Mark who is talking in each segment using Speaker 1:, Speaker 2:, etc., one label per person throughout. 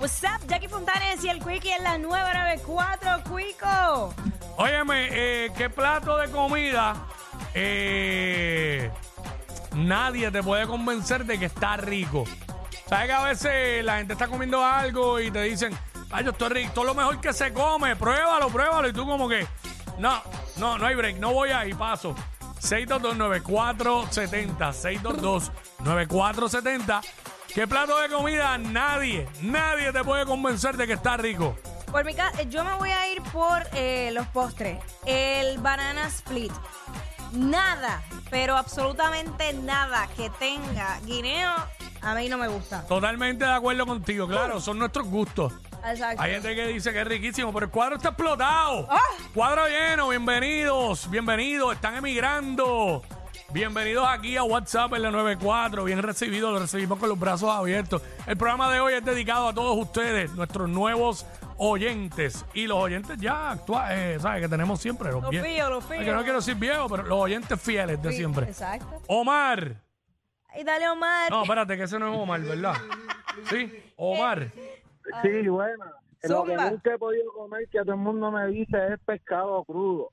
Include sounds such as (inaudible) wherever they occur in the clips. Speaker 1: What's up, Jackie Fontanes y el Quickie en la 994, Quico.
Speaker 2: Óyeme, eh, ¿qué plato de comida eh, nadie te puede convencer de que está rico? ¿Sabes que a veces la gente está comiendo algo y te dicen, ay, yo estoy rico, esto es lo mejor que se come, pruébalo, pruébalo, y tú como que, no, no, no hay break, no voy ahí, paso. 6229470, 6229470. ¿Qué plato de comida nadie, nadie te puede convencer de que está rico?
Speaker 1: Por mi ca- yo me voy a ir por eh, los postres. El banana split. Nada, pero absolutamente nada que tenga guineo, a mí no me gusta.
Speaker 2: Totalmente de acuerdo contigo,
Speaker 1: Uh.
Speaker 2: claro, son nuestros gustos.
Speaker 1: Exacto.
Speaker 2: Hay gente que dice que es riquísimo, pero el cuadro está explotado.
Speaker 1: ¡Ah!
Speaker 2: Cuadro lleno, bienvenidos, bienvenidos, están emigrando. Bienvenidos aquí a WhatsApp en la 94, bien recibidos, lo recibimos con los brazos abiertos. El programa de hoy es dedicado a todos ustedes, nuestros nuevos oyentes. Y los oyentes ya actuales, ¿sabes? Que tenemos siempre los,
Speaker 1: Los
Speaker 2: vie-
Speaker 1: fíos, los
Speaker 2: Ay, Que
Speaker 1: fíos.
Speaker 2: no quiero decir viejos, pero los oyentes fieles de siempre.
Speaker 1: Exacto.
Speaker 2: Omar.
Speaker 1: Y dale, Omar.
Speaker 2: No, espérate, que ese no es Omar, ¿verdad? Sí, Omar.
Speaker 3: Sí, bueno. Lo que
Speaker 1: Zumba.
Speaker 3: nunca he podido comer, que todo el mundo me dice, es pescado crudo.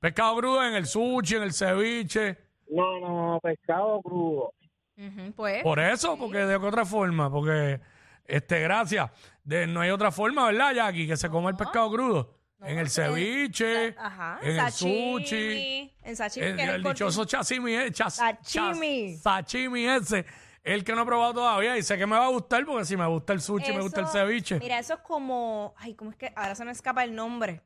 Speaker 2: Pescado crudo en el sushi, en el ceviche.
Speaker 3: No, no, no, pescado crudo.
Speaker 1: Ujú, pues.
Speaker 2: Por eso, porque de qué otra forma, porque, este, gracias. De, no hay otra forma, ¿verdad, Jackie? Que se come el pescado crudo. en el ceviche,
Speaker 1: Ajá.
Speaker 2: en
Speaker 1: sashimi.
Speaker 2: el sushi.
Speaker 1: En sashimi.
Speaker 2: El,
Speaker 1: que es
Speaker 2: el
Speaker 1: el
Speaker 2: dichoso sashimi, eh, chas-
Speaker 1: Sashimi.
Speaker 2: chas- sashimi ese, el que no he probado todavía y sé que me va a gustar porque si me gusta el sushi, me gusta el
Speaker 1: Eso-
Speaker 2: ceviche.
Speaker 1: Mira, eso es como. Ay, ¿cómo es que ahora se me escapa el nombre?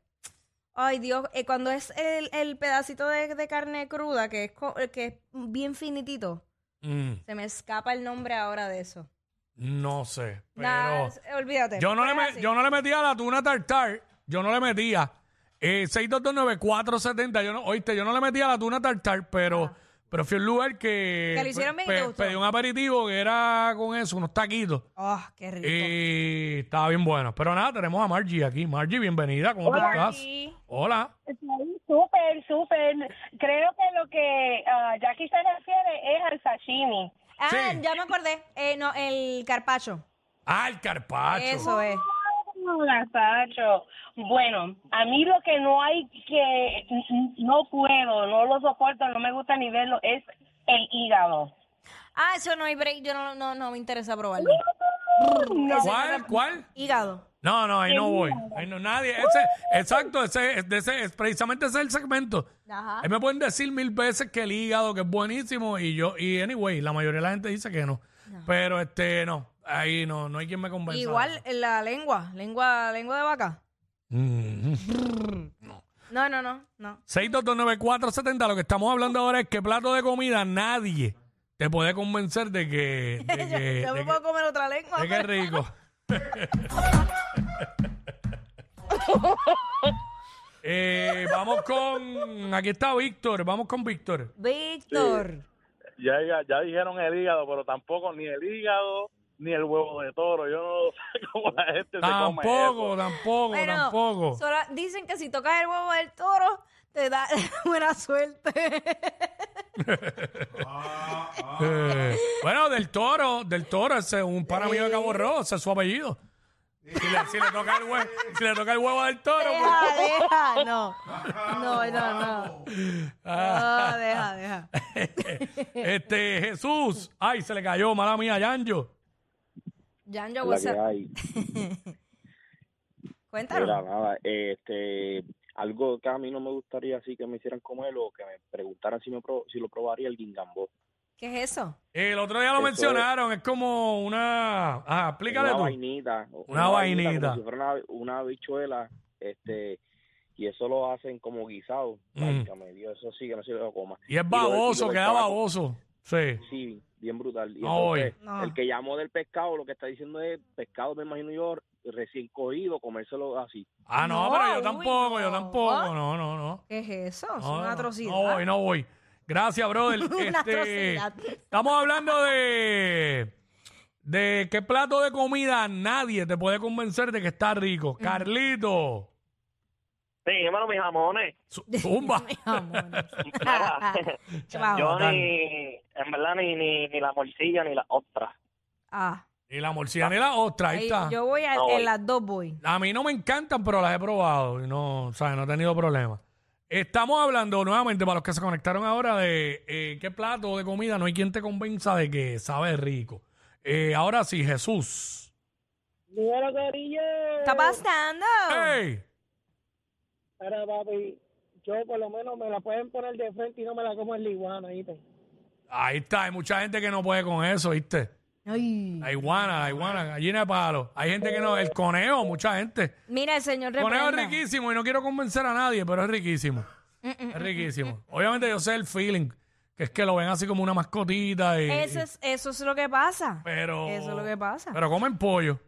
Speaker 1: Ay, Dios, eh, cuando es el, el pedacito de, de carne cruda, que es, co- eh, que es bien finitito,
Speaker 2: Mm,
Speaker 1: se me escapa el nombre ahora de eso.
Speaker 2: no sé, pero...
Speaker 1: Nah, es- olvídate.
Speaker 2: Yo no,
Speaker 1: pues
Speaker 2: le me-
Speaker 1: así.
Speaker 2: yo no le metía a la tuna tartar. Yo no le metía. Eh, 6229470. Yo no, oíste, yo no le metía a la tuna tartar, pero, pero fui a un lugar que.
Speaker 1: Ah. Que lo hicieron bien y te gustó.
Speaker 2: Pedí un aperitivo que era con eso, unos taquitos.
Speaker 1: Oh, qué rico.
Speaker 2: Eh, Y estaba bien bueno. Pero nada, tenemos a Margie aquí. Margie, bienvenida. ¿Cómo
Speaker 4: Hola,
Speaker 2: tú estás?
Speaker 1: Margie.
Speaker 2: Hola.
Speaker 4: Sí, Súper, súper. Creo que lo que ah, Jackie se refiere es al sashimi.
Speaker 1: ah,
Speaker 2: sí.
Speaker 1: ya me acordé. Eh, no, el carpacho.
Speaker 2: Ah, el carpacho.
Speaker 1: Eso es.
Speaker 4: Gazacho. Bueno, a mí lo que no hay que, no puedo, no lo soporto, no me gusta ni verlo, es el hígado.
Speaker 1: Ah, eso no hay break. Yo no, no, no me interesa probarlo.
Speaker 2: ¿Cuál? ¿Cuál?
Speaker 1: Hígado.
Speaker 2: No, no, ahí no voy. Ahí no, nadie. Ese, exacto, ese, es- de ese, es- precisamente ese es el segmento.
Speaker 1: Ajá.
Speaker 2: Ahí me pueden decir mil veces que el hígado, que es buenísimo, y yo, y anyway, la mayoría de la gente dice que no. Pero este, no, ahí no, no hay quien me convenza.
Speaker 1: Igual eh, la lengua. Lengua, lengua de vaca.
Speaker 2: Mm.
Speaker 1: No, no, no, no.
Speaker 2: 6229470, lo que estamos hablando ahora es que plato de comida nadie te puede convencer de que, de que,
Speaker 1: (laughs) Yo me
Speaker 2: de
Speaker 1: puedo
Speaker 2: que,
Speaker 1: comer otra lengua.
Speaker 2: de que es
Speaker 1: pero-
Speaker 2: rico. (laughs) Eh, vamos con, aquí está Víctor, vamos con Víctor.
Speaker 1: Víctor.
Speaker 5: ya, ya, ya dijeron el hígado, pero tampoco ni el hígado ni el huevo de toro. Yo no (laughs) sé cómo la gente se come eso.
Speaker 2: Tampoco, tampoco,
Speaker 1: Bueno,
Speaker 2: tampoco.
Speaker 1: sola- dicen que si tocas el huevo del toro, te da (laughs) buena suerte.
Speaker 2: Eh, bueno, del toro, del toro, ese es un para mío de Cabo Rojo, ese es su apellido. Si le, si le toca el huevo, si le toca el huevo del
Speaker 1: (laughs)
Speaker 2: toro, pues-
Speaker 1: deja, deja. No. No, no,
Speaker 2: (laughs)
Speaker 1: no.
Speaker 2: Ah.
Speaker 1: No, deja, deja.
Speaker 2: este Jesús, ay, se le cayó, mala mía, Yanjo.
Speaker 1: Yanjo,
Speaker 6: la
Speaker 1: what's
Speaker 6: que
Speaker 1: up?
Speaker 6: hay. Era
Speaker 1: Cuéntanos.
Speaker 6: nada, este, algo que a mí no me gustaría así que me hicieran comer o que me preguntaran si, me pro- si lo probaría el guingambó.
Speaker 1: ¿Qué es eso?
Speaker 2: El otro día lo
Speaker 6: Eso es.
Speaker 2: mencionaron, es como una, ah, explícale
Speaker 6: Una
Speaker 2: tú.
Speaker 6: vainita.
Speaker 2: Una vainita.
Speaker 6: como si fuera una, una habichuela, este, y eso lo hacen como guisado.
Speaker 2: Mm.
Speaker 6: Ay, que me dio, eso sí que no se lo coma.
Speaker 2: Y es
Speaker 6: Y lo del- y lo
Speaker 2: baboso,
Speaker 6: del
Speaker 2: queda
Speaker 6: tabaco.
Speaker 2: baboso. Sí.
Speaker 6: sí, bien brutal. Y
Speaker 2: Ay.
Speaker 6: entonces,
Speaker 1: No.
Speaker 6: el que llamó del pescado lo que está diciendo es pescado, me imagino yo, recién cogido, comérselo así.
Speaker 2: Ah, no,
Speaker 1: No,
Speaker 2: pero yo
Speaker 1: uy,
Speaker 2: tampoco, yo
Speaker 1: no.
Speaker 2: tampoco. No, no, no.
Speaker 1: ¿Qué es eso? Es
Speaker 2: No,
Speaker 1: una
Speaker 2: no,
Speaker 1: atrocidad.
Speaker 2: No voy, no voy. Gracias, brother.
Speaker 1: (laughs) Una
Speaker 2: Este,
Speaker 1: atrocidad.
Speaker 2: Estamos hablando de. De qué plato de comida nadie te puede convencer de que está rico.
Speaker 1: Mm.
Speaker 2: Carlito.
Speaker 7: Sí, hermano, mis jamones.
Speaker 1: (laughs)
Speaker 2: Su- (laughs) Zumba.
Speaker 1: Vámonos. Chao.
Speaker 7: Yo
Speaker 2: Total.
Speaker 7: ni, en verdad, ni, ni, ni la morcilla ni la ostra.
Speaker 1: Ah,
Speaker 2: y la morcilla y la ostra, ahí
Speaker 1: ahí-
Speaker 2: está.
Speaker 1: yo voy a,
Speaker 7: No voy.
Speaker 1: en las dos voy.
Speaker 2: A mí no me encantan, pero las he probado y no, o sea, no he tenido problemas. Estamos hablando nuevamente para los que se conectaron ahora de eh, qué plato de comida no hay quien te convenza de que sabe rico. Eh, ahora sí, Jesús.
Speaker 3: Dímelo, cariño.
Speaker 1: Está pasando.
Speaker 2: ¡Ey!
Speaker 3: Ahora, papi, yo por lo menos me la pueden poner de frente y no me la como en la iguana, ¿viste?
Speaker 2: Ahí está, hay mucha gente que no puede con eso, ¿viste?
Speaker 1: Ay.
Speaker 2: La iguana, la iguana, gallina de palo. Hay gente que no, el conejo, mucha gente.
Speaker 1: Mira, el señor
Speaker 2: El conejo es
Speaker 1: reprenda.
Speaker 2: riquísimo y no quiero convencer a nadie, pero es riquísimo.
Speaker 1: Mm,
Speaker 2: Es riquísimo. Obviamente yo sé el feeling, que es que lo ven así como una mascotita y...
Speaker 1: Eso es, eso es lo que pasa.
Speaker 2: Pero.
Speaker 1: Eso es lo que pasa.
Speaker 2: Pero comen pollo.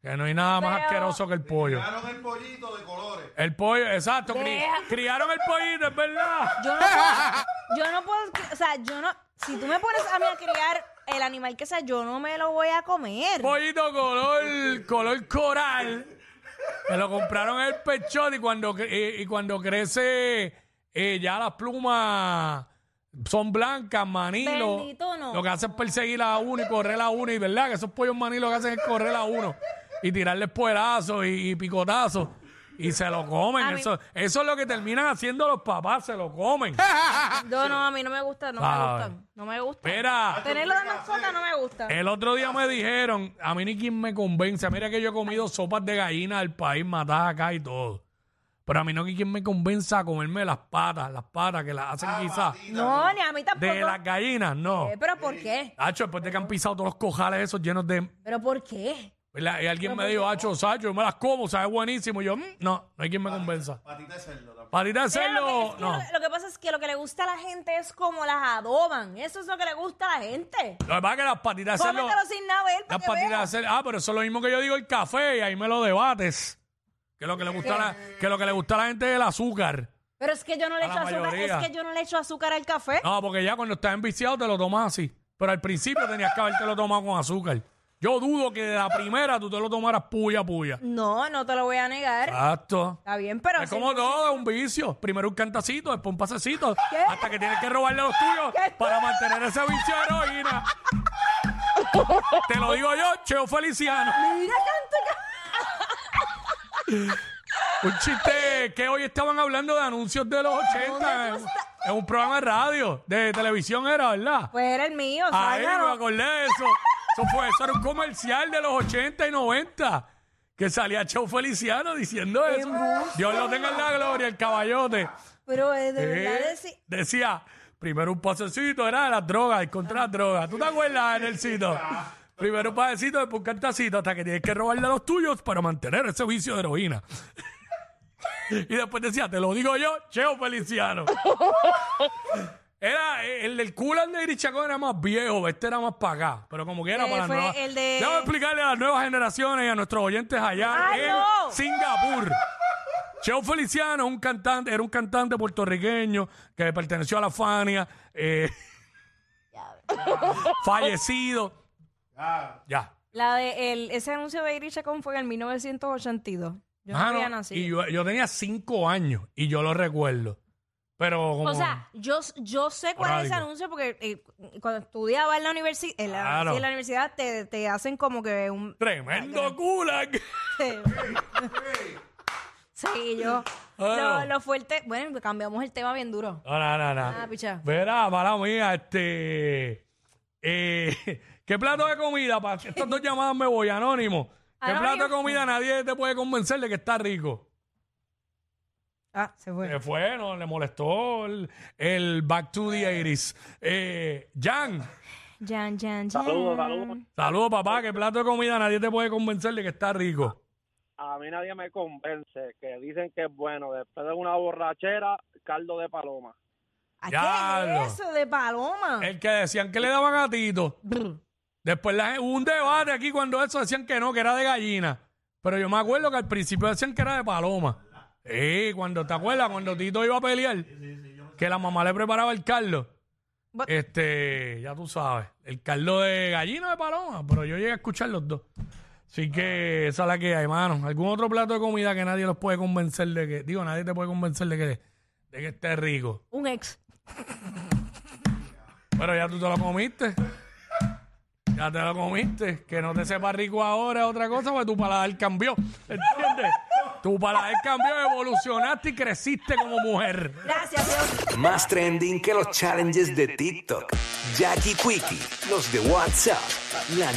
Speaker 2: Que no hay nada más
Speaker 1: Pero-
Speaker 2: asqueroso que el pollo.
Speaker 8: Sacaron el pollito de colores.
Speaker 2: El pollo, exacto. cri-
Speaker 1: Deja-
Speaker 2: criaron el pollito, es verdad.
Speaker 1: Yo no puedo, yo no puedo, o sea, yo no, si tú me pones a mí a criar el animal que sea, yo no me lo voy a comer.
Speaker 2: Pollito color, color coral. Me lo compraron en el pechón y cuando, cre- eh, y cuando crece eh, ya las plumas son blancas, manilo.
Speaker 1: Bendito, no.
Speaker 2: Lo que hace es perseguir a uno y correr a uno. Y verdad que esos pollos maní lo que hacen es correr a uno y tirarle espuelazos y, y picotazos. Y se lo
Speaker 1: A
Speaker 2: comen.
Speaker 1: mí-
Speaker 2: Eso, eso es lo que terminan haciendo los papás, se lo comen.
Speaker 1: No, no, a mí no me gusta, no me
Speaker 2: Sabe.
Speaker 1: gustan, no me gustan.
Speaker 2: Mira,
Speaker 1: Tenerlo de mascota no me gusta.
Speaker 2: el otro día me dijeron, a mí ni quien me convence. Mira que yo he comido sopas de gallina del país, matadas acá y todo. Pero a mí no que quien me convenza a comerme las patas, las patas que las hacen quizás
Speaker 1: No, ni a mí tampoco.
Speaker 2: de las gallinas, no.
Speaker 1: Eh, ¿Pero por qué?
Speaker 2: Hacho, después de que han pisado todos los cojales esos llenos de
Speaker 1: ¿Pero por qué?
Speaker 2: ¿Verdad? Y alguien me dijo, Hacho, Sacho, yo me las como, sabe buenísimo. Y yo, "Mm, no, no hay quien me convenza.
Speaker 8: Patita de cerdo también.
Speaker 2: Patita
Speaker 1: Pero
Speaker 2: de cerdo,
Speaker 1: lo, que, es que
Speaker 2: no.
Speaker 1: lo- lo que pasa es que lo que le gusta a la gente es como las adoban. Eso es lo que le gusta a la gente.
Speaker 2: Lo que pasa es que las patitas de cerdo.
Speaker 1: Cómetelo sin nada, ver, para
Speaker 2: Las
Speaker 1: que
Speaker 2: patitas de
Speaker 1: veas.
Speaker 2: cerdo. Ah, pero eso es lo mismo que yo digo el café, y ahí me lo debates. Que lo que le gusta a la, que lo que le gusta a la gente es el azúcar.
Speaker 1: Pero es que yo no le
Speaker 2: A
Speaker 1: echo
Speaker 2: la
Speaker 1: azúcar, es
Speaker 2: mayoría.
Speaker 1: que yo no le echo azúcar al café.
Speaker 2: No, porque ya cuando estás enviciado te lo tomas así. Pero al principio tenías que haberte lo tomado con azúcar. Yo dudo que de la primera tú te lo tomaras puya, puya.
Speaker 1: No, no te lo voy a negar.
Speaker 2: Exacto.
Speaker 1: Está bien, pero.
Speaker 2: Ah. Es
Speaker 1: sí.
Speaker 2: como todo, es un vicio. Primero un cantacito, después un pasecito,
Speaker 1: ¿Qué?
Speaker 2: hasta que tienes que robarle a los tuyos
Speaker 1: ¿Qué?
Speaker 2: para mantener ese vicio de heroína. Te lo digo yo, Cheo Feliciano.
Speaker 1: Mira tanto
Speaker 2: Un chiste que hoy estaban hablando de anuncios de los 80 en, en un programa de radio, de televisión era, ¿verdad?
Speaker 1: que. Pues era el mío,
Speaker 2: Ahí me
Speaker 1: sácalo.
Speaker 2: acordé de eso. Eso fue, eso era un comercial de los 80 y 90 que salía Cheo Feliciano diciendo eso. Dios lo tenga en la gloria, el caballote.
Speaker 1: Pero eh, de verdad
Speaker 2: Eh,
Speaker 1: deci-
Speaker 2: Decía, primero un pasecito, era de las drogas, el contra las drogas. ¿Tú te acuerdas en
Speaker 1: (laughs)
Speaker 2: el sitio?
Speaker 1: Ah.
Speaker 2: Primero un pasecito, después un cantacito, hasta que tienes que robarle a los tuyos para mantener ese vicio de heroína. (laughs) y después decía, te lo digo yo,
Speaker 1: (laughs)
Speaker 2: Cheo Feliciano. Era eh, el del culo de Irichacón era más viejo, este era más para acá, pero como que era
Speaker 1: Eh,
Speaker 2: para las
Speaker 1: fue
Speaker 2: nuevas.
Speaker 1: el de-
Speaker 2: Déjame explicarle a las nuevas generaciones y a nuestros oyentes allá
Speaker 1: ¡Ay,
Speaker 2: en
Speaker 1: no!
Speaker 2: Singapur. Cheo Feliciano un cantante, era un cantante puertorriqueño que perteneció a la Fania, eh, fallecido.
Speaker 8: Ah,
Speaker 2: Ya.
Speaker 1: La de el, ese anuncio de Iris Chacón fue en el 1982. Yo no
Speaker 2: Mano,
Speaker 1: había
Speaker 2: Ah, y
Speaker 1: nacido.
Speaker 2: yo, yo tenía cinco años y yo lo recuerdo. Pero como.
Speaker 1: O sea, yo, yo sé cuál es ese
Speaker 2: Orálico.
Speaker 1: anuncio porque eh, cuando estudiaba en la universidad, en, la-
Speaker 2: Claro.
Speaker 1: sí, en la universidad te, te hacen como que
Speaker 2: (laughs)
Speaker 1: un...
Speaker 2: Tremendo gulag.
Speaker 1: (laughs) sí, yo...
Speaker 2: Claro.
Speaker 1: Lo, lo fuerte... Bueno, cambiamos el tema bien duro.
Speaker 2: No, no, no, no.
Speaker 1: Ah, picha.
Speaker 2: Verá, para mía, este. eh, (laughs) ¿Qué plato de comida? Para estas dos llamadas me voy, anónimo. ¿Qué
Speaker 1: Anónimo.
Speaker 2: plato de comida nadie te puede convencer de que está rico?
Speaker 1: Ah, se fue.
Speaker 2: Se fue, no, le molestó el, el back to the 80s. Eh, Jan,
Speaker 1: Jan, Jan, Jan.
Speaker 5: Saludos, saludos.
Speaker 2: saludos papá, ¿qué plato de comida nadie te puede convencer de que está rico?
Speaker 5: A mí nadie me convence, que dicen que es bueno. Después de una borrachera, caldo de paloma.
Speaker 1: ¿A
Speaker 2: Diablo.
Speaker 1: ¿Qué es eso de paloma?
Speaker 2: El que decían que le daban gatito. Después la gen- hubo un debate aquí cuando eso decían que no, que era de gallina. Pero yo me acuerdo que al principio decían que era de paloma. Sí, cuando te acuerdas, cuando Tito iba a pelear, que la mamá le preparaba el caldo.
Speaker 1: Bu-
Speaker 2: Este, ya tú sabes, el caldo de gallina o de paloma, pero yo llegué a escuchar los dos. Así que esa es la que hay, mano. ¿Algún otro plato de comida que nadie los puede convencer de que, digo, nadie te puede convencer de que, de que esté rico?
Speaker 1: Un ex.
Speaker 2: Pero ya tú te lo comiste. Ya te lo comiste. Que no te sepa rico ahora es otra cosa, pues porque tu paladar cambió. ¿Entiendes? tu paladar cambió, evolucionaste y creciste como mujer.
Speaker 1: Gracias, Dios.
Speaker 9: Más trending que los challenges de TikTok. Jackie Quickie, los de WhatsApp, la